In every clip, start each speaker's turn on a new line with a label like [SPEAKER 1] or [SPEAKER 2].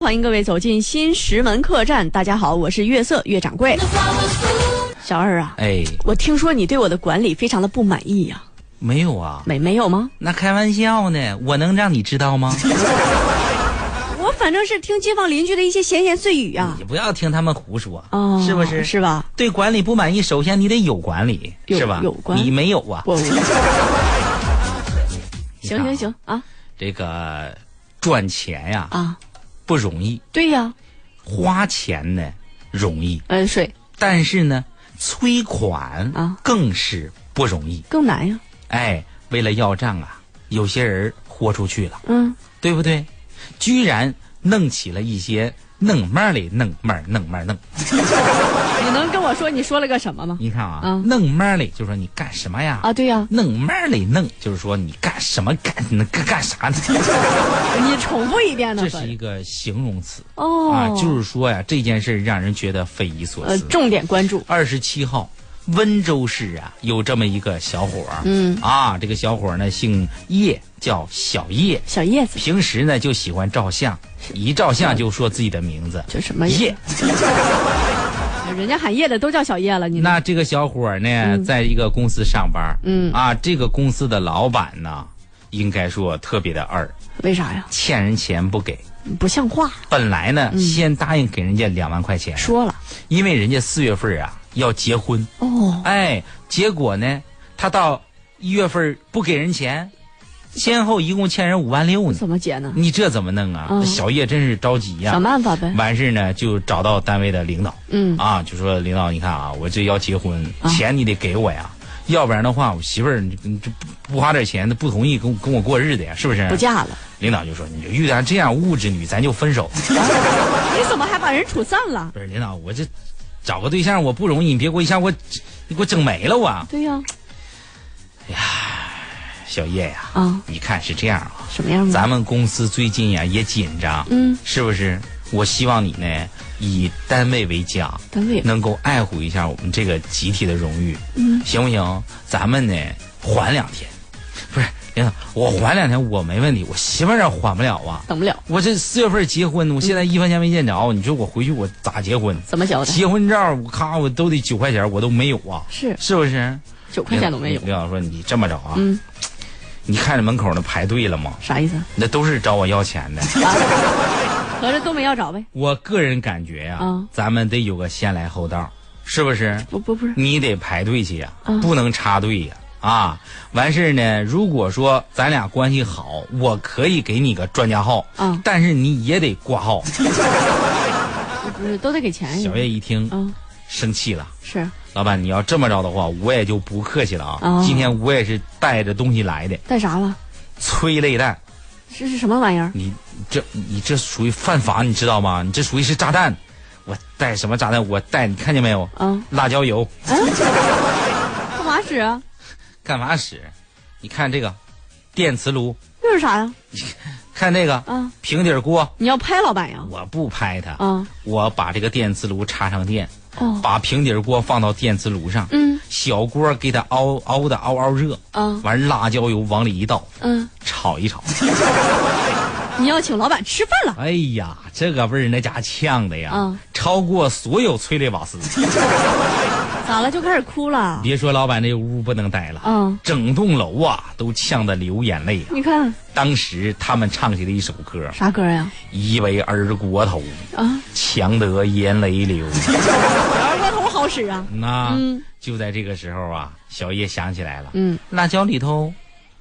[SPEAKER 1] 欢迎各位走进新石门客栈。大家好，我是月色月掌柜。小二啊，
[SPEAKER 2] 哎，
[SPEAKER 1] 我听说你对我的管理非常的不满意呀、
[SPEAKER 2] 没有啊，
[SPEAKER 1] 没没有吗？
[SPEAKER 2] 那开玩笑呢，我能让你知道吗？
[SPEAKER 1] 我反正是听街坊邻居的一些闲言碎语啊。
[SPEAKER 2] 你不要听他们胡说，
[SPEAKER 1] 哦，
[SPEAKER 2] 是不是？
[SPEAKER 1] 是吧？
[SPEAKER 2] 对管理不满意，首先你得有管理，
[SPEAKER 1] 有
[SPEAKER 2] 是吧？
[SPEAKER 1] 有管
[SPEAKER 2] 你没有啊？
[SPEAKER 1] 我我
[SPEAKER 2] 你
[SPEAKER 1] 行
[SPEAKER 2] 看啊
[SPEAKER 1] 行，行啊
[SPEAKER 2] 这个赚钱呀、
[SPEAKER 1] 啊，
[SPEAKER 2] 不容易，
[SPEAKER 1] 对呀、
[SPEAKER 2] 花钱呢容易，
[SPEAKER 1] 呃，水
[SPEAKER 2] 但是呢催款
[SPEAKER 1] 啊
[SPEAKER 2] 更是不容易。
[SPEAKER 1] 更难呀、
[SPEAKER 2] 哎，为了要账啊，有些人豁出去了，
[SPEAKER 1] 嗯，
[SPEAKER 2] 对不对？居然弄起了一些弄妹儿里弄妹儿弄妹儿弄。
[SPEAKER 1] 你能跟我说你说了个什么吗？
[SPEAKER 2] 你看啊，
[SPEAKER 1] 嗯
[SPEAKER 2] 弄妹儿嘞，就说你干什么呀？
[SPEAKER 1] 啊，对呀、
[SPEAKER 2] 弄妹儿嘞，弄就是说你干什么干那干 干啥呢？
[SPEAKER 1] 你重复一遍呢
[SPEAKER 2] 这。是一个形容词、
[SPEAKER 1] 哦、
[SPEAKER 2] 啊，就是说呀，这件事儿让人觉得匪夷所
[SPEAKER 1] 呃，
[SPEAKER 2] 思。
[SPEAKER 1] 重点关注。
[SPEAKER 2] 二十七号，温州市啊有这么一个小伙儿，
[SPEAKER 1] 嗯，
[SPEAKER 2] 啊，这个小伙儿呢姓叶，叫小叶，
[SPEAKER 1] 小叶子，
[SPEAKER 2] 平时呢就喜欢照相，一照相就说自己的名字
[SPEAKER 1] 嗯这什么
[SPEAKER 2] 叶。
[SPEAKER 1] 人家喊叶的都叫小叶了，你
[SPEAKER 2] 那这个小伙儿呢，在一个公司上班，
[SPEAKER 1] 嗯
[SPEAKER 2] 啊，这个公司的老板呢，应该说特别的二，
[SPEAKER 1] 为啥呀？
[SPEAKER 2] 欠人钱不给。
[SPEAKER 1] 不像话，
[SPEAKER 2] 本来呢，
[SPEAKER 1] 嗯
[SPEAKER 2] 先答应给人家两万块钱，
[SPEAKER 1] 说了
[SPEAKER 2] 因为人家四月份啊要结婚，
[SPEAKER 1] 哦，
[SPEAKER 2] 哎，结果呢，他到一月份不给人钱，先后一共欠人五万六呢，
[SPEAKER 1] 怎么解呢？
[SPEAKER 2] 你这怎么弄啊？
[SPEAKER 1] 嗯
[SPEAKER 2] 小叶真是着急呀、
[SPEAKER 1] 想办法呗。
[SPEAKER 2] 完事呢，就找到单位的领导，
[SPEAKER 1] 嗯
[SPEAKER 2] 啊，就说领导，你看啊，我这要结婚
[SPEAKER 1] 啊，
[SPEAKER 2] 钱你得给我呀，要不然的话，我媳妇儿你你这不不花点钱，她不同意跟我跟我过日子呀，是不是
[SPEAKER 1] 不？嫁了，
[SPEAKER 2] 领导就说，你就遇到这样物质女，咱就分手。
[SPEAKER 1] 你怎么还把人处散了？
[SPEAKER 2] 不是领导，我这找个对象我不容易，你别给我一下我，你给我整没了我。
[SPEAKER 1] 对呀，
[SPEAKER 2] 小叶呀、
[SPEAKER 1] 啊，
[SPEAKER 2] 你看是这样啊，
[SPEAKER 1] 什么样的？
[SPEAKER 2] 咱们公司最近呀、也紧张，
[SPEAKER 1] 嗯，
[SPEAKER 2] 是不是？我希望你呢以单位为家，
[SPEAKER 1] 单位
[SPEAKER 2] 能够爱护一下我们这个集体的荣誉，嗯，行不行？咱们呢缓两天，不是领导，我缓两天我没问题，我媳妇儿这缓不了啊。
[SPEAKER 1] 等不了，
[SPEAKER 2] 我这四月份结婚，我现在一分钱没见着，你说我回去我咋结婚？
[SPEAKER 1] 怎么交代？
[SPEAKER 2] 结婚照我咔我都得九块钱，我都没有啊，
[SPEAKER 1] 是
[SPEAKER 2] 是不是？
[SPEAKER 1] 九块钱都没有，
[SPEAKER 2] 领导说你这么着啊，
[SPEAKER 1] 嗯，
[SPEAKER 2] 你看着门口那排队了吗？
[SPEAKER 1] 啥意思？
[SPEAKER 2] 那都是找我要钱 的。
[SPEAKER 1] 合着都没要着呗？
[SPEAKER 2] 我个人感觉呀、
[SPEAKER 1] 嗯
[SPEAKER 2] 咱们得有个先来后到，是不是？
[SPEAKER 1] 不不不是，
[SPEAKER 2] 你得排队去呀、
[SPEAKER 1] 啊
[SPEAKER 2] 不能插队呀、啊。完事儿呢，如果说咱俩关系好，我可以给你个专家号，
[SPEAKER 1] 啊
[SPEAKER 2] 但是你也得挂号。
[SPEAKER 1] 不是都得给钱呀
[SPEAKER 2] 小？叶一听、
[SPEAKER 1] 啊，
[SPEAKER 2] 生气了，
[SPEAKER 1] 是
[SPEAKER 2] 老板，你要这么着的话，我也就不客气了啊。
[SPEAKER 1] 哦
[SPEAKER 2] 今天我也是带着东西来的，
[SPEAKER 1] 带啥了？
[SPEAKER 2] 催泪弹，
[SPEAKER 1] 这是什么玩意儿？
[SPEAKER 2] 你这你这属于犯法，你知道吗？你这属于是炸弹。我带什么炸弹？我带你看见没有？
[SPEAKER 1] 啊，
[SPEAKER 2] 辣椒油
[SPEAKER 1] 干嘛使啊？
[SPEAKER 2] 干嘛使？你看这个，电磁炉，
[SPEAKER 1] 又是啥呀？
[SPEAKER 2] 看这个
[SPEAKER 1] 啊，
[SPEAKER 2] 平底锅，
[SPEAKER 1] 你要拍老板呀？
[SPEAKER 2] 我不拍它，
[SPEAKER 1] 啊，
[SPEAKER 2] 我把这个电磁炉插上电，
[SPEAKER 1] 哦，
[SPEAKER 2] 把平底锅放到电磁炉上，
[SPEAKER 1] 嗯
[SPEAKER 2] 小锅给它熬熬的嗷嗷热，
[SPEAKER 1] 啊
[SPEAKER 2] 完辣椒油往里一倒，
[SPEAKER 1] 嗯，
[SPEAKER 2] 炒一炒。
[SPEAKER 1] 你要请老板吃饭了。
[SPEAKER 2] 哎呀，这个味儿那家呛的呀，
[SPEAKER 1] 嗯
[SPEAKER 2] 超过所有催泪瓦 斯。
[SPEAKER 1] 咋了？就开始哭了？
[SPEAKER 2] 别说老板这屋不能待了，
[SPEAKER 1] 嗯
[SPEAKER 2] 整栋楼啊都呛得流眼泪啊。
[SPEAKER 1] 你看
[SPEAKER 2] 当时他们唱起了一首歌，
[SPEAKER 1] 啥歌呀？
[SPEAKER 2] 一为儿国头，
[SPEAKER 1] 啊，
[SPEAKER 2] 强得烟雷流。
[SPEAKER 1] 二锅头好使啊！
[SPEAKER 2] 那、
[SPEAKER 1] 嗯
[SPEAKER 2] 就在这个时候啊，小叶想起来了，
[SPEAKER 1] 嗯
[SPEAKER 2] 辣椒里头，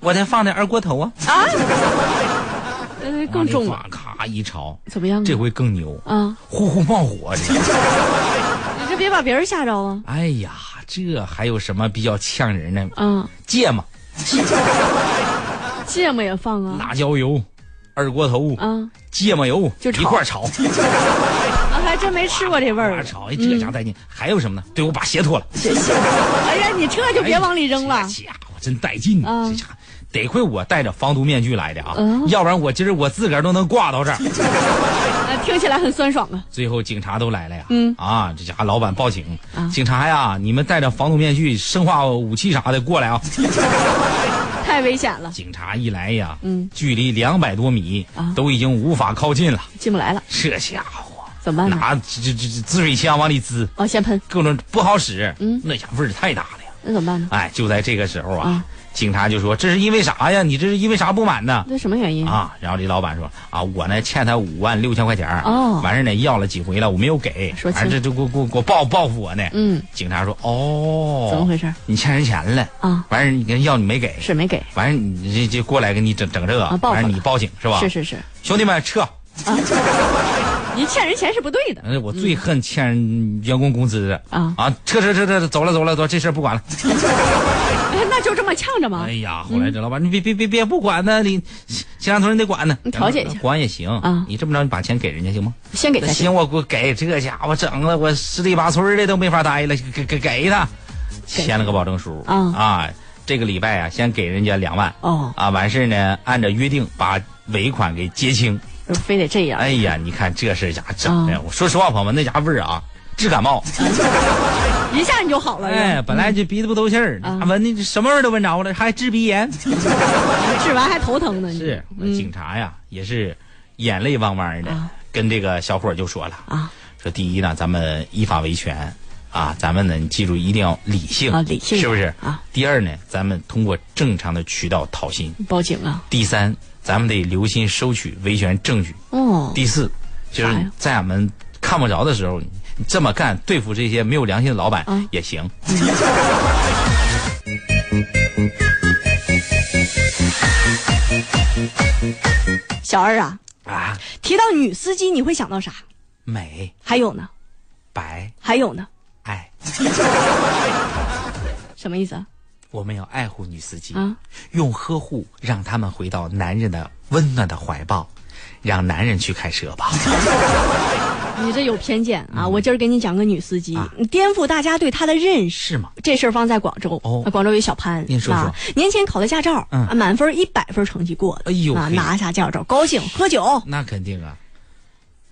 [SPEAKER 2] 我再放点二锅头啊，
[SPEAKER 1] 啊，呃，更重了，
[SPEAKER 2] 了，咔一炒，
[SPEAKER 1] 怎么样啊？
[SPEAKER 2] 这回更牛，
[SPEAKER 1] 啊，
[SPEAKER 2] 呼呼冒火。这个
[SPEAKER 1] 你这别把别人吓着啊！
[SPEAKER 2] 哎呀，这还有什么比较呛人的？
[SPEAKER 1] 啊，
[SPEAKER 2] 芥末、
[SPEAKER 1] 芥末也放啊！
[SPEAKER 2] 辣椒油、二锅头、
[SPEAKER 1] 啊，
[SPEAKER 2] 芥末油
[SPEAKER 1] 就炒嗯
[SPEAKER 2] 一块儿炒，一
[SPEAKER 1] 啊，还真没吃过这味
[SPEAKER 2] 块
[SPEAKER 1] 儿
[SPEAKER 2] 儿。炒，哎，这家带劲。还有什么呢？对，我把鞋脱了，
[SPEAKER 1] 谢谢。哎呀，你这就别往里扔了
[SPEAKER 2] 这家伙真带劲，
[SPEAKER 1] 啊
[SPEAKER 2] 这家伙得亏我戴着防毒面具来的啊，
[SPEAKER 1] 嗯
[SPEAKER 2] 要不然我今儿我自个儿都能挂到这儿。
[SPEAKER 1] 啊！听起来很酸爽啊！
[SPEAKER 2] 最后警察都来了呀，
[SPEAKER 1] 嗯
[SPEAKER 2] 啊，这家伙老板报警，
[SPEAKER 1] 啊
[SPEAKER 2] 警察呀，你们带着防毒面具、生化武器啥的过来啊！
[SPEAKER 1] 太太危险了，
[SPEAKER 2] 警察一来呀，
[SPEAKER 1] 嗯，
[SPEAKER 2] 距离两百多米、
[SPEAKER 1] 啊
[SPEAKER 2] 都已经无法靠近了。
[SPEAKER 1] 进不来了，
[SPEAKER 2] 这家伙
[SPEAKER 1] 怎么办呢？
[SPEAKER 2] 拿这这这滋水枪往里滋，
[SPEAKER 1] 哦，先喷，
[SPEAKER 2] 各种不好使。
[SPEAKER 1] 嗯
[SPEAKER 2] 那家味儿太大了呀！
[SPEAKER 1] 那怎么办呢？
[SPEAKER 2] 哎，就在这个时候啊，
[SPEAKER 1] 啊
[SPEAKER 2] 警察就说：“这是因为啥呀？你这是因为啥不满呢？”
[SPEAKER 1] 那什么原因？
[SPEAKER 2] 啊，然后李老板说啊，我呢欠他五万六千块钱儿
[SPEAKER 1] 哦
[SPEAKER 2] 完事儿呢要了几回了，我没有给，
[SPEAKER 1] 说
[SPEAKER 2] 完
[SPEAKER 1] 清
[SPEAKER 2] 事儿这这给我给我给我报报复我呢。
[SPEAKER 1] 嗯，
[SPEAKER 2] 警察说哦，
[SPEAKER 1] 怎么回事？
[SPEAKER 2] 你欠人钱了
[SPEAKER 1] 啊？
[SPEAKER 2] 完事儿你跟要你没给，
[SPEAKER 1] 是没给，
[SPEAKER 2] 完事儿你这这过来给你整整这个，
[SPEAKER 1] 啊报复
[SPEAKER 2] 完事儿
[SPEAKER 1] 了
[SPEAKER 2] 你报警是吧？
[SPEAKER 1] 是是是，
[SPEAKER 2] 兄弟们撤！
[SPEAKER 1] 你欠人钱是不对的。
[SPEAKER 2] 嗯，我最恨欠人员工工资的
[SPEAKER 1] 啊
[SPEAKER 2] 撤撤撤撤，走了走了走了，这事儿不管了。
[SPEAKER 1] 哎那就这么呛着吗
[SPEAKER 2] 哎？呀，后来这老板，你别别别别不管呢，你其他同仁得管呢，
[SPEAKER 1] 你调解一下
[SPEAKER 2] 管也行
[SPEAKER 1] 啊
[SPEAKER 2] 你这么着，你把钱给人家行吗？
[SPEAKER 1] 先给
[SPEAKER 2] 那
[SPEAKER 1] 他钱
[SPEAKER 2] 行，我我给这家伙整的我十里八村的都没法待了，给给给他，签了个保证书
[SPEAKER 1] 啊
[SPEAKER 2] 啊，这个礼拜啊，先给人家两万
[SPEAKER 1] 哦，
[SPEAKER 2] 啊，完事儿呢，按照约定把尾款给结清。
[SPEAKER 1] 非得这样。
[SPEAKER 2] 哎呀，你看这事儿家整的，
[SPEAKER 1] 啊
[SPEAKER 2] 我说实话，朋友们，那家味儿啊，治感冒。
[SPEAKER 1] 一下你就好了，
[SPEAKER 2] 哎，本来就鼻子不透气儿，
[SPEAKER 1] 啊
[SPEAKER 2] 闻的什么味儿都闻着了，还治鼻炎。
[SPEAKER 1] 治完还头疼呢。你
[SPEAKER 2] 是，那呃警察呀，也是眼泪汪汪的
[SPEAKER 1] 嗯啊，
[SPEAKER 2] 跟这个小伙儿就说了。
[SPEAKER 1] 啊
[SPEAKER 2] 说第一呢，咱们依法维权啊，咱们呢，你记住一定要理性
[SPEAKER 1] 啊理性
[SPEAKER 2] 是不是？
[SPEAKER 1] 啊，
[SPEAKER 2] 第二呢，咱们通过正常的渠道讨薪。
[SPEAKER 1] 报警啊！
[SPEAKER 2] 第三，咱们得留心收取维权证据。
[SPEAKER 1] 哦，
[SPEAKER 2] 第四，就
[SPEAKER 1] 啥
[SPEAKER 2] 是
[SPEAKER 1] 呀
[SPEAKER 2] 在俺们看不着的时候，你这么干对付这些没有良心的老板
[SPEAKER 1] 啊
[SPEAKER 2] 也行。
[SPEAKER 1] 小二啊，
[SPEAKER 2] 啊，
[SPEAKER 1] 提到女司机，你会想到啥？
[SPEAKER 2] 美
[SPEAKER 1] 还有呢？
[SPEAKER 2] 白
[SPEAKER 1] 还有呢？
[SPEAKER 2] 爱，
[SPEAKER 1] 什么意思啊？
[SPEAKER 2] 我们要爱护女司机，
[SPEAKER 1] 啊
[SPEAKER 2] 用呵护让他们回到男人的温暖的怀抱，让男人去开车 吧。
[SPEAKER 1] 你这有偏见啊！我今儿给你讲个女司机
[SPEAKER 2] 嗯啊，
[SPEAKER 1] 你颠覆大家对她的认识。
[SPEAKER 2] 是吗？
[SPEAKER 1] 这事儿放在广州，
[SPEAKER 2] 哦
[SPEAKER 1] 啊广州有小潘，
[SPEAKER 2] 您说说
[SPEAKER 1] 啊年前考的驾照，
[SPEAKER 2] 嗯
[SPEAKER 1] 啊满分一百分成绩过的，
[SPEAKER 2] 哎呦
[SPEAKER 1] 啊，
[SPEAKER 2] 嘿
[SPEAKER 1] 拿下驾照，高兴喝酒，
[SPEAKER 2] 那肯定啊，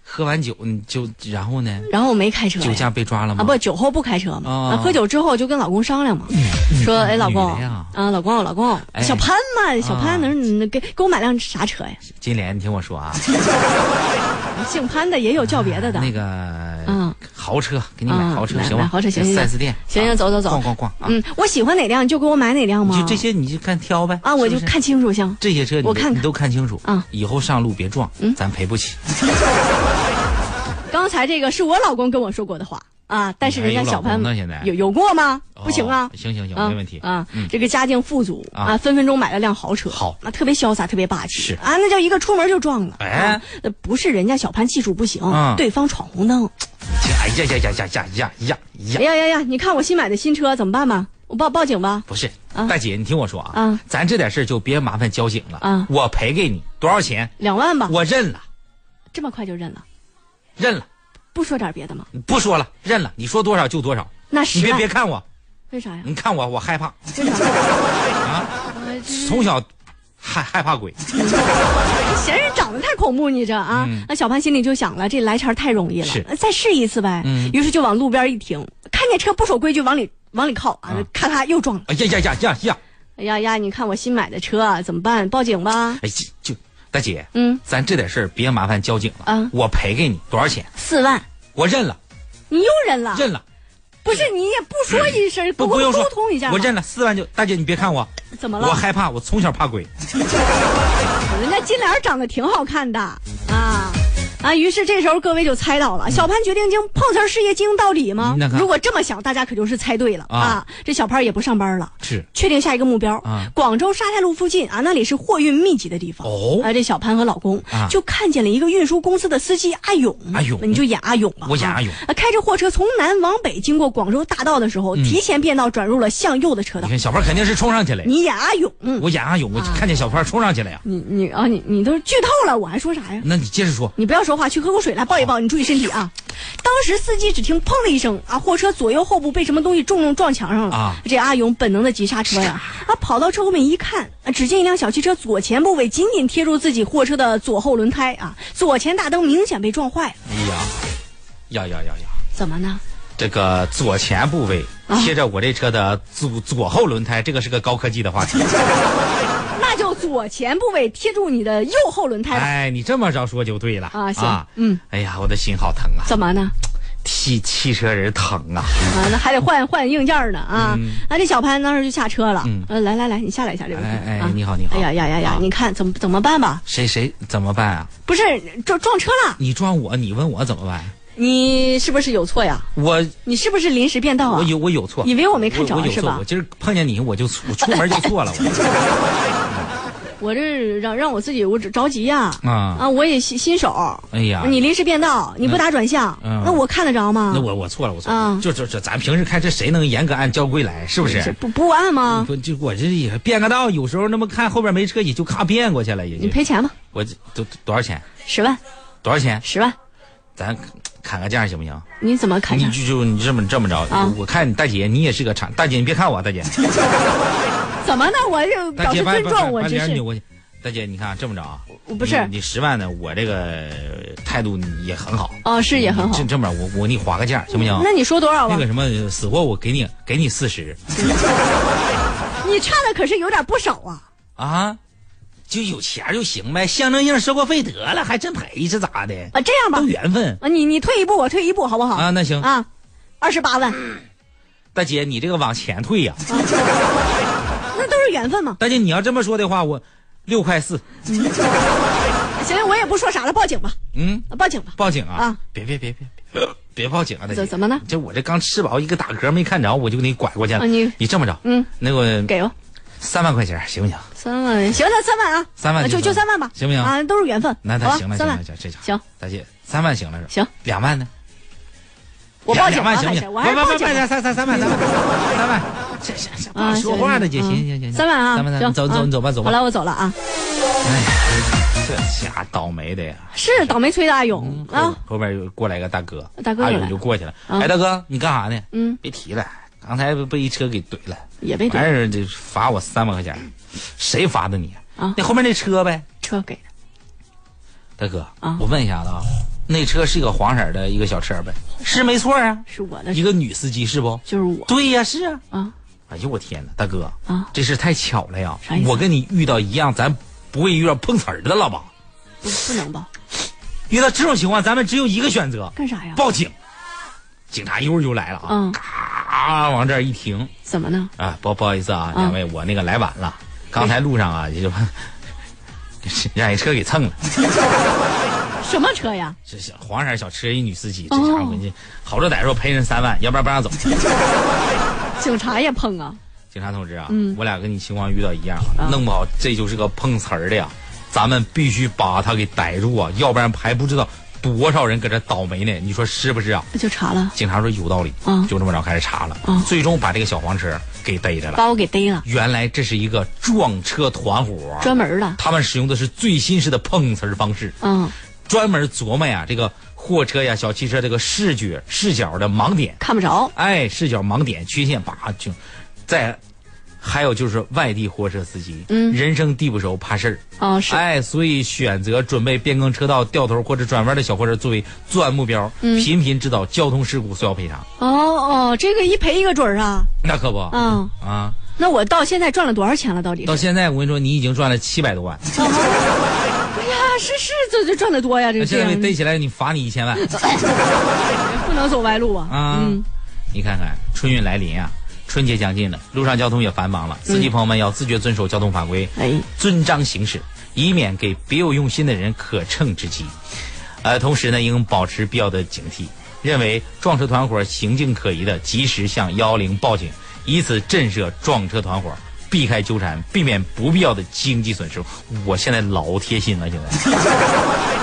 [SPEAKER 2] 喝完酒你就然后呢？
[SPEAKER 1] 然后我没开车呀，
[SPEAKER 2] 酒驾被抓了
[SPEAKER 1] 啊，
[SPEAKER 2] 吗？
[SPEAKER 1] 不，酒后不开车嘛。
[SPEAKER 2] 哦嗯
[SPEAKER 1] 啊，喝酒之后就跟老公商量嘛，说，哎，老公
[SPEAKER 2] 女的呀，
[SPEAKER 1] 啊，老公，老公，
[SPEAKER 2] 哎
[SPEAKER 1] 小潘嘛，小
[SPEAKER 2] 啊
[SPEAKER 1] 潘能能给给我买辆啥车呀？
[SPEAKER 2] 金莲，你听我说啊，
[SPEAKER 1] 姓潘的也有叫别的的。
[SPEAKER 2] 那啊个
[SPEAKER 1] 嗯
[SPEAKER 2] 豪车给你买
[SPEAKER 1] 嗯
[SPEAKER 2] 豪车
[SPEAKER 1] 买
[SPEAKER 2] 行吗？
[SPEAKER 1] 买豪车行行
[SPEAKER 2] 四 S 店
[SPEAKER 1] 行行
[SPEAKER 2] 啊
[SPEAKER 1] 走走走
[SPEAKER 2] 逛逛逛啊！
[SPEAKER 1] 嗯，我喜欢哪辆就给我买哪辆
[SPEAKER 2] 你
[SPEAKER 1] 嘛。
[SPEAKER 2] 就这些你就看挑呗
[SPEAKER 1] 啊，我就是
[SPEAKER 2] 不是
[SPEAKER 1] 看清楚行。
[SPEAKER 2] 这些车你
[SPEAKER 1] 我看看嗯
[SPEAKER 2] 你都看清楚
[SPEAKER 1] 啊
[SPEAKER 2] 以后上路别撞，咱赔不起。
[SPEAKER 1] 刚才这个是我老公跟我说过的话啊，但是人家小
[SPEAKER 2] 哎有老
[SPEAKER 1] 潘
[SPEAKER 2] 公呢现在
[SPEAKER 1] 有有过吗？不行啊
[SPEAKER 2] 哦。行行行，
[SPEAKER 1] 啊
[SPEAKER 2] 没问题。嗯
[SPEAKER 1] 啊，这个家境富足
[SPEAKER 2] 啊
[SPEAKER 1] 啊，分分钟买了辆豪车，
[SPEAKER 2] 好
[SPEAKER 1] 啊，特别潇洒，特别霸气，
[SPEAKER 2] 是
[SPEAKER 1] 啊，那叫一个出门就撞了，
[SPEAKER 2] 哎
[SPEAKER 1] 啊，那不是人家小潘技术不行
[SPEAKER 2] 嗯，
[SPEAKER 1] 对方闯红灯，
[SPEAKER 2] 哎呀呀呀呀呀呀呀呀
[SPEAKER 1] 哎！呀呀呀！你看我新买的新车怎么办吧？我报报警吧？
[SPEAKER 2] 不是，
[SPEAKER 1] 啊
[SPEAKER 2] 大姐，你听我说啊
[SPEAKER 1] 啊，
[SPEAKER 2] 咱这点事儿就别麻烦交警了
[SPEAKER 1] 啊
[SPEAKER 2] 我赔给你多少钱？
[SPEAKER 1] 两万吧？
[SPEAKER 2] 我认了，
[SPEAKER 1] 这么快就认了？
[SPEAKER 2] 认了。
[SPEAKER 1] 不说点别的吗？
[SPEAKER 2] 不说了，认了。你说多少就多少，
[SPEAKER 1] 那
[SPEAKER 2] 你
[SPEAKER 1] 十
[SPEAKER 2] 别
[SPEAKER 1] 万？
[SPEAKER 2] 别看我，
[SPEAKER 1] 为啥呀？
[SPEAKER 2] 你看我我害怕，
[SPEAKER 1] 为啥？
[SPEAKER 2] 啊
[SPEAKER 1] 我这
[SPEAKER 2] 从小害害怕鬼。
[SPEAKER 1] 嫌人长得太恐怖，你这啊
[SPEAKER 2] 嗯？
[SPEAKER 1] 那小潘心里就想了，这来钱儿太容易
[SPEAKER 2] 是
[SPEAKER 1] 了，再试一次呗
[SPEAKER 2] 嗯。
[SPEAKER 1] 于是就往路边一停，看见车不守规矩往里往里靠啊
[SPEAKER 2] 啊，
[SPEAKER 1] 咔嚓又撞了。
[SPEAKER 2] 哎呀呀呀呀呀！
[SPEAKER 1] 哎呀呀！你看我新买的车啊怎么办？报警吧？
[SPEAKER 2] 哎，就就大姐，
[SPEAKER 1] 嗯，
[SPEAKER 2] 咱这点事儿别麻烦交警了
[SPEAKER 1] 啊
[SPEAKER 2] 我赔给你多少钱？
[SPEAKER 1] 四万，
[SPEAKER 2] 我认了，
[SPEAKER 1] 你又认了？
[SPEAKER 2] 认了，
[SPEAKER 1] 不是你也不说一声，
[SPEAKER 2] 不
[SPEAKER 1] 沟
[SPEAKER 2] 不用说
[SPEAKER 1] 啊沟通一下，
[SPEAKER 2] 我
[SPEAKER 1] 吗？
[SPEAKER 2] 认了四万就。大姐，你别看我，
[SPEAKER 1] 怎么了？
[SPEAKER 2] 我害怕，我从小怕鬼。
[SPEAKER 1] 人家金莲儿长得挺好看的啊啊！于是这时候各位就猜到了，小潘决定经碰瓷儿事业经道理吗
[SPEAKER 2] 嗯那？看
[SPEAKER 1] 如果这么想，大家可就是猜对了
[SPEAKER 2] 啊
[SPEAKER 1] 啊！这小潘也不上班了。
[SPEAKER 2] 是
[SPEAKER 1] 确定下一个目标
[SPEAKER 2] 啊
[SPEAKER 1] 广州沙太路附近啊，那里是货运密集的地方。
[SPEAKER 2] 哦
[SPEAKER 1] 啊，这小潘和老公
[SPEAKER 2] 啊
[SPEAKER 1] 就看见了一个运输公司的司机阿勇。
[SPEAKER 2] 阿勇
[SPEAKER 1] 那你就演阿勇吧。
[SPEAKER 2] 我演
[SPEAKER 1] 啊
[SPEAKER 2] 阿勇
[SPEAKER 1] 啊，开着货车从南往北经过广州大道的时
[SPEAKER 2] 嗯
[SPEAKER 1] 候，提前变道转入了向右的车
[SPEAKER 2] 你
[SPEAKER 1] 道。
[SPEAKER 2] 看小潘肯定是冲上去了呀，
[SPEAKER 1] 你演阿勇，嗯
[SPEAKER 2] 我演阿勇，我看见小潘冲上去了呀。
[SPEAKER 1] 你你啊你你都是剧透了，我还说啥呀？
[SPEAKER 2] 那你接着说，
[SPEAKER 1] 你不要说话，去喝口水来抱一抱，你注意身体啊！当时司机只听砰的一声啊，货车左右后部被什么东西重重撞墙上了
[SPEAKER 2] 啊
[SPEAKER 1] 这阿勇本能的急刹车 呀，啊，跑到车后面一看，啊，只见一辆小汽车左前部位紧紧贴住自己货车的左后轮胎啊，左前大灯明显被撞坏了，
[SPEAKER 2] 哎呀，呀呀呀呀！
[SPEAKER 1] 怎么呢？
[SPEAKER 2] 这个左前
[SPEAKER 1] 啊
[SPEAKER 2] 部位贴着我这车的左左后轮胎，这个是个高科技的话题。
[SPEAKER 1] 左前部位贴住你的右后轮胎吧。
[SPEAKER 2] 哎，你这么着说就对了
[SPEAKER 1] 啊行嗯，
[SPEAKER 2] 哎呀，我的心好疼啊，
[SPEAKER 1] 怎么呢？
[SPEAKER 2] 替汽车人疼啊！
[SPEAKER 1] 啊，那还得换换硬件呢啊！那这小潘当时就下车了
[SPEAKER 2] 嗯。
[SPEAKER 1] 呃，来来来，你下来一下这位朋友。
[SPEAKER 2] 哎哎
[SPEAKER 1] 啊
[SPEAKER 2] 你好你好
[SPEAKER 1] 哎呀呀呀呀
[SPEAKER 2] 啊！
[SPEAKER 1] 你看怎么怎么办吧？
[SPEAKER 2] 谁谁怎么办啊？
[SPEAKER 1] 不是撞撞车了，
[SPEAKER 2] 你撞我，你问我怎么办？
[SPEAKER 1] 你是不是有错呀？
[SPEAKER 2] 我
[SPEAKER 1] 你是不是临时变道啊？
[SPEAKER 2] 我有我有错，
[SPEAKER 1] 以为我没看着
[SPEAKER 2] 我我有
[SPEAKER 1] 是
[SPEAKER 2] 错
[SPEAKER 1] 吧
[SPEAKER 2] 我今儿碰见你，我就我出门就错了， 我
[SPEAKER 1] 我这让让我自己我着着急呀。
[SPEAKER 2] 啊，
[SPEAKER 1] 啊，我也新新手。
[SPEAKER 2] 哎呀，
[SPEAKER 1] 你临时变道，你不打转向，
[SPEAKER 2] 嗯
[SPEAKER 1] 那我看得着吗？
[SPEAKER 2] 那我我错了，我错了
[SPEAKER 1] 啊，
[SPEAKER 2] 就这这，咱平时开车谁能严格按交规来？是不嗯
[SPEAKER 1] 这
[SPEAKER 2] 是？
[SPEAKER 1] 不不按吗？
[SPEAKER 2] 不就我这也变个道，有时候那么看后边没车也就咔变过去了，也
[SPEAKER 1] 你
[SPEAKER 2] 就
[SPEAKER 1] 赔钱吧，
[SPEAKER 2] 我这多多少钱？
[SPEAKER 1] 十万
[SPEAKER 2] 多少钱？
[SPEAKER 1] 十万，
[SPEAKER 2] 咱砍个价行不行？
[SPEAKER 1] 你怎么看
[SPEAKER 2] 你
[SPEAKER 1] 价？
[SPEAKER 2] 就就你这么这么着，
[SPEAKER 1] 啊
[SPEAKER 2] 我看你大姐你也是个厂，大姐你别看我，大姐，
[SPEAKER 1] 怎么呢？我就
[SPEAKER 2] 大
[SPEAKER 1] 表
[SPEAKER 2] 姐
[SPEAKER 1] 示
[SPEAKER 2] 把
[SPEAKER 1] 尊
[SPEAKER 2] 把
[SPEAKER 1] 重，我
[SPEAKER 2] 把
[SPEAKER 1] 真
[SPEAKER 2] 脸
[SPEAKER 1] 是
[SPEAKER 2] 扭过去。大姐，你看这么着啊，
[SPEAKER 1] 我不是
[SPEAKER 2] 你你十万呢，我这个呃态度也很好，
[SPEAKER 1] 哦，是也很好
[SPEAKER 2] 这。这么着，我我给你划个价行不行？
[SPEAKER 1] 那你说多少吧啊
[SPEAKER 2] 那？个什么死活我给你给你四十
[SPEAKER 1] 你差的可是有点不少啊！
[SPEAKER 2] 啊，就有钱就行呗，象征性收过费得了，还真赔是咋的？
[SPEAKER 1] 啊，这样吧
[SPEAKER 2] 都，缘分
[SPEAKER 1] 啊，你你退一步，我退一步，好不好？
[SPEAKER 2] 啊，那行，
[SPEAKER 1] 啊，二十八万，
[SPEAKER 2] 大姐你这个往前退呀、
[SPEAKER 1] 那都是缘分嘛。
[SPEAKER 2] 大姐你要这么说的话，我六块四，
[SPEAKER 1] 行了，我也不说啥了，报警吧，
[SPEAKER 2] 嗯。
[SPEAKER 1] 啊报警吧。
[SPEAKER 2] 报警啊！
[SPEAKER 1] 啊
[SPEAKER 2] 别别别别别别报警啊！大姐
[SPEAKER 1] 怎怎么呢
[SPEAKER 2] 这我这刚吃饱一个打嗝没看着，我就给你拐过去了。
[SPEAKER 1] 啊你
[SPEAKER 2] 这么着，
[SPEAKER 1] 嗯，
[SPEAKER 2] 那个
[SPEAKER 1] 给吧，
[SPEAKER 2] 三万块钱行不行？
[SPEAKER 1] 三万，行，那三万啊，
[SPEAKER 2] 三万
[SPEAKER 1] 啊就
[SPEAKER 2] 就
[SPEAKER 1] 就
[SPEAKER 2] 三
[SPEAKER 1] 三
[SPEAKER 2] 万
[SPEAKER 1] 万吧，
[SPEAKER 2] 行不行
[SPEAKER 1] 啊，都是缘分，
[SPEAKER 2] 那
[SPEAKER 1] 好
[SPEAKER 2] 那
[SPEAKER 1] 吧
[SPEAKER 2] 行了，
[SPEAKER 1] 三
[SPEAKER 2] 行
[SPEAKER 1] 万
[SPEAKER 2] 了，这这
[SPEAKER 1] 行，
[SPEAKER 2] 大姐三万行了是吧？
[SPEAKER 1] 行，
[SPEAKER 2] 两万呢？
[SPEAKER 1] 我报警
[SPEAKER 2] 两
[SPEAKER 1] 吧，还
[SPEAKER 2] 万行不
[SPEAKER 1] 是
[SPEAKER 2] 行？
[SPEAKER 1] 我还是
[SPEAKER 2] 不
[SPEAKER 1] 报
[SPEAKER 2] 不
[SPEAKER 1] 警
[SPEAKER 2] 不，
[SPEAKER 1] 吧。
[SPEAKER 2] 三三三万三万三万，这这这不好
[SPEAKER 1] 啊，
[SPEAKER 2] 说话的姐，
[SPEAKER 1] 行
[SPEAKER 2] 行
[SPEAKER 1] 嗯
[SPEAKER 2] 行行，
[SPEAKER 1] 三万啊，
[SPEAKER 2] 三万三
[SPEAKER 1] 行
[SPEAKER 2] 万，走走
[SPEAKER 1] 啊
[SPEAKER 2] 你走吧走吧。哎
[SPEAKER 1] 好了，我走了啊，
[SPEAKER 2] 这家倒霉的呀！
[SPEAKER 1] 是倒霉催大勇啊，
[SPEAKER 2] 后边有过来个大哥，
[SPEAKER 1] 大哥
[SPEAKER 2] 阿
[SPEAKER 1] 又
[SPEAKER 2] 勇
[SPEAKER 1] 来
[SPEAKER 2] 就过去了。
[SPEAKER 1] 啊
[SPEAKER 2] 哎，大哥，你干啥呢？
[SPEAKER 1] 嗯，
[SPEAKER 2] 别提了，刚才被一车给怼了。
[SPEAKER 1] 也被
[SPEAKER 2] 完
[SPEAKER 1] 怼，
[SPEAKER 2] 事儿就罚我三万块钱，谁罚的你？
[SPEAKER 1] 啊
[SPEAKER 2] 那后面那车呗，
[SPEAKER 1] 车给的，
[SPEAKER 2] 大哥，
[SPEAKER 1] 啊
[SPEAKER 2] 我问一下子啊，那车是个黄色儿的一个小车呗，是没错啊，
[SPEAKER 1] 是我的，
[SPEAKER 2] 一个女司机是不？
[SPEAKER 1] 就是我
[SPEAKER 2] 对呀、是啊。
[SPEAKER 1] 啊，
[SPEAKER 2] 哎呦我天哪，大哥，
[SPEAKER 1] 啊
[SPEAKER 2] 这事太巧了呀
[SPEAKER 1] 啥意！思啊
[SPEAKER 2] 我跟你遇到一样，咱不会遇到碰瓷儿的了吧？
[SPEAKER 1] 不不能报，
[SPEAKER 2] 遇到这种情况，咱们只有一个选择，
[SPEAKER 1] 干啥呀？
[SPEAKER 2] 报警。警察一会儿就来了啊
[SPEAKER 1] 嗯，
[SPEAKER 2] 咔、啊往这儿一停，
[SPEAKER 1] 怎么呢？
[SPEAKER 2] 啊，不不好意思啊，
[SPEAKER 1] 啊
[SPEAKER 2] 两位，我那个来晚了，刚才路上啊，也就 让一车给蹭了，
[SPEAKER 1] 什么车呀？
[SPEAKER 2] 这小黄色小车一女司机，这
[SPEAKER 1] 哦
[SPEAKER 2] 家伙你好着歹说赔人三万，要不然不让走。
[SPEAKER 1] 警察也碰啊？
[SPEAKER 2] 警察同志啊，
[SPEAKER 1] 嗯
[SPEAKER 2] 我俩跟你情况遇到一样啊，弄不好这就是个碰瓷儿的呀，咱们必须把他给逮住啊，要不然还不知道多少人搁这倒霉呢，你说是不是啊？
[SPEAKER 1] 就查了，
[SPEAKER 2] 警察说有道理，
[SPEAKER 1] 嗯
[SPEAKER 2] 就这么着开始查了，
[SPEAKER 1] 嗯
[SPEAKER 2] 最终把这个小黄车给逮着了。
[SPEAKER 1] 把我给逮了，
[SPEAKER 2] 原来这是一个撞车团伙，
[SPEAKER 1] 专门的。
[SPEAKER 2] 他们使用的是最新式的碰瓷儿方式，
[SPEAKER 1] 嗯，
[SPEAKER 2] 专门琢磨呀这个货车呀、小汽车这个视觉视角的盲点，
[SPEAKER 1] 看不着，
[SPEAKER 2] 哎，视角盲点缺陷，把就再还有就是外地货车司机，
[SPEAKER 1] 嗯
[SPEAKER 2] 人生地不熟，怕事儿，
[SPEAKER 1] 啊、是、
[SPEAKER 2] 哎，所以选择准备变更车道、掉头或者转弯的小货车作为作案目标，
[SPEAKER 1] 嗯
[SPEAKER 2] 频频制造交通事故索要赔偿，
[SPEAKER 1] 哦哦，这个一赔一个准儿啊。
[SPEAKER 2] 那可不，
[SPEAKER 1] 嗯，
[SPEAKER 2] 啊，
[SPEAKER 1] 那我到现在赚了多少钱了？到底是？
[SPEAKER 2] 到现在我跟你说，你已经赚了七百多万，
[SPEAKER 1] 哎呀，是是，这这赚的多呀，这
[SPEAKER 2] 那
[SPEAKER 1] 个
[SPEAKER 2] 现
[SPEAKER 1] 这
[SPEAKER 2] 在
[SPEAKER 1] 样
[SPEAKER 2] 被逮起来，你罚你一千万。
[SPEAKER 1] 不能走歪路啊。
[SPEAKER 2] 啊，
[SPEAKER 1] 嗯，
[SPEAKER 2] 你看看春运来临啊，春节将近了，路上交通也繁忙了，司机朋友们要自觉遵守交通法规，
[SPEAKER 1] 哎，
[SPEAKER 2] 遵章行驶，以免给别有用心的人可乘之机。呃，同时呢，应保持必要的警惕，认为撞车团伙行径可疑的，及时向幺幺零报警，以此震慑撞车团伙。避开纠缠，避免不必要的经济损失。我现在老贴心了，现在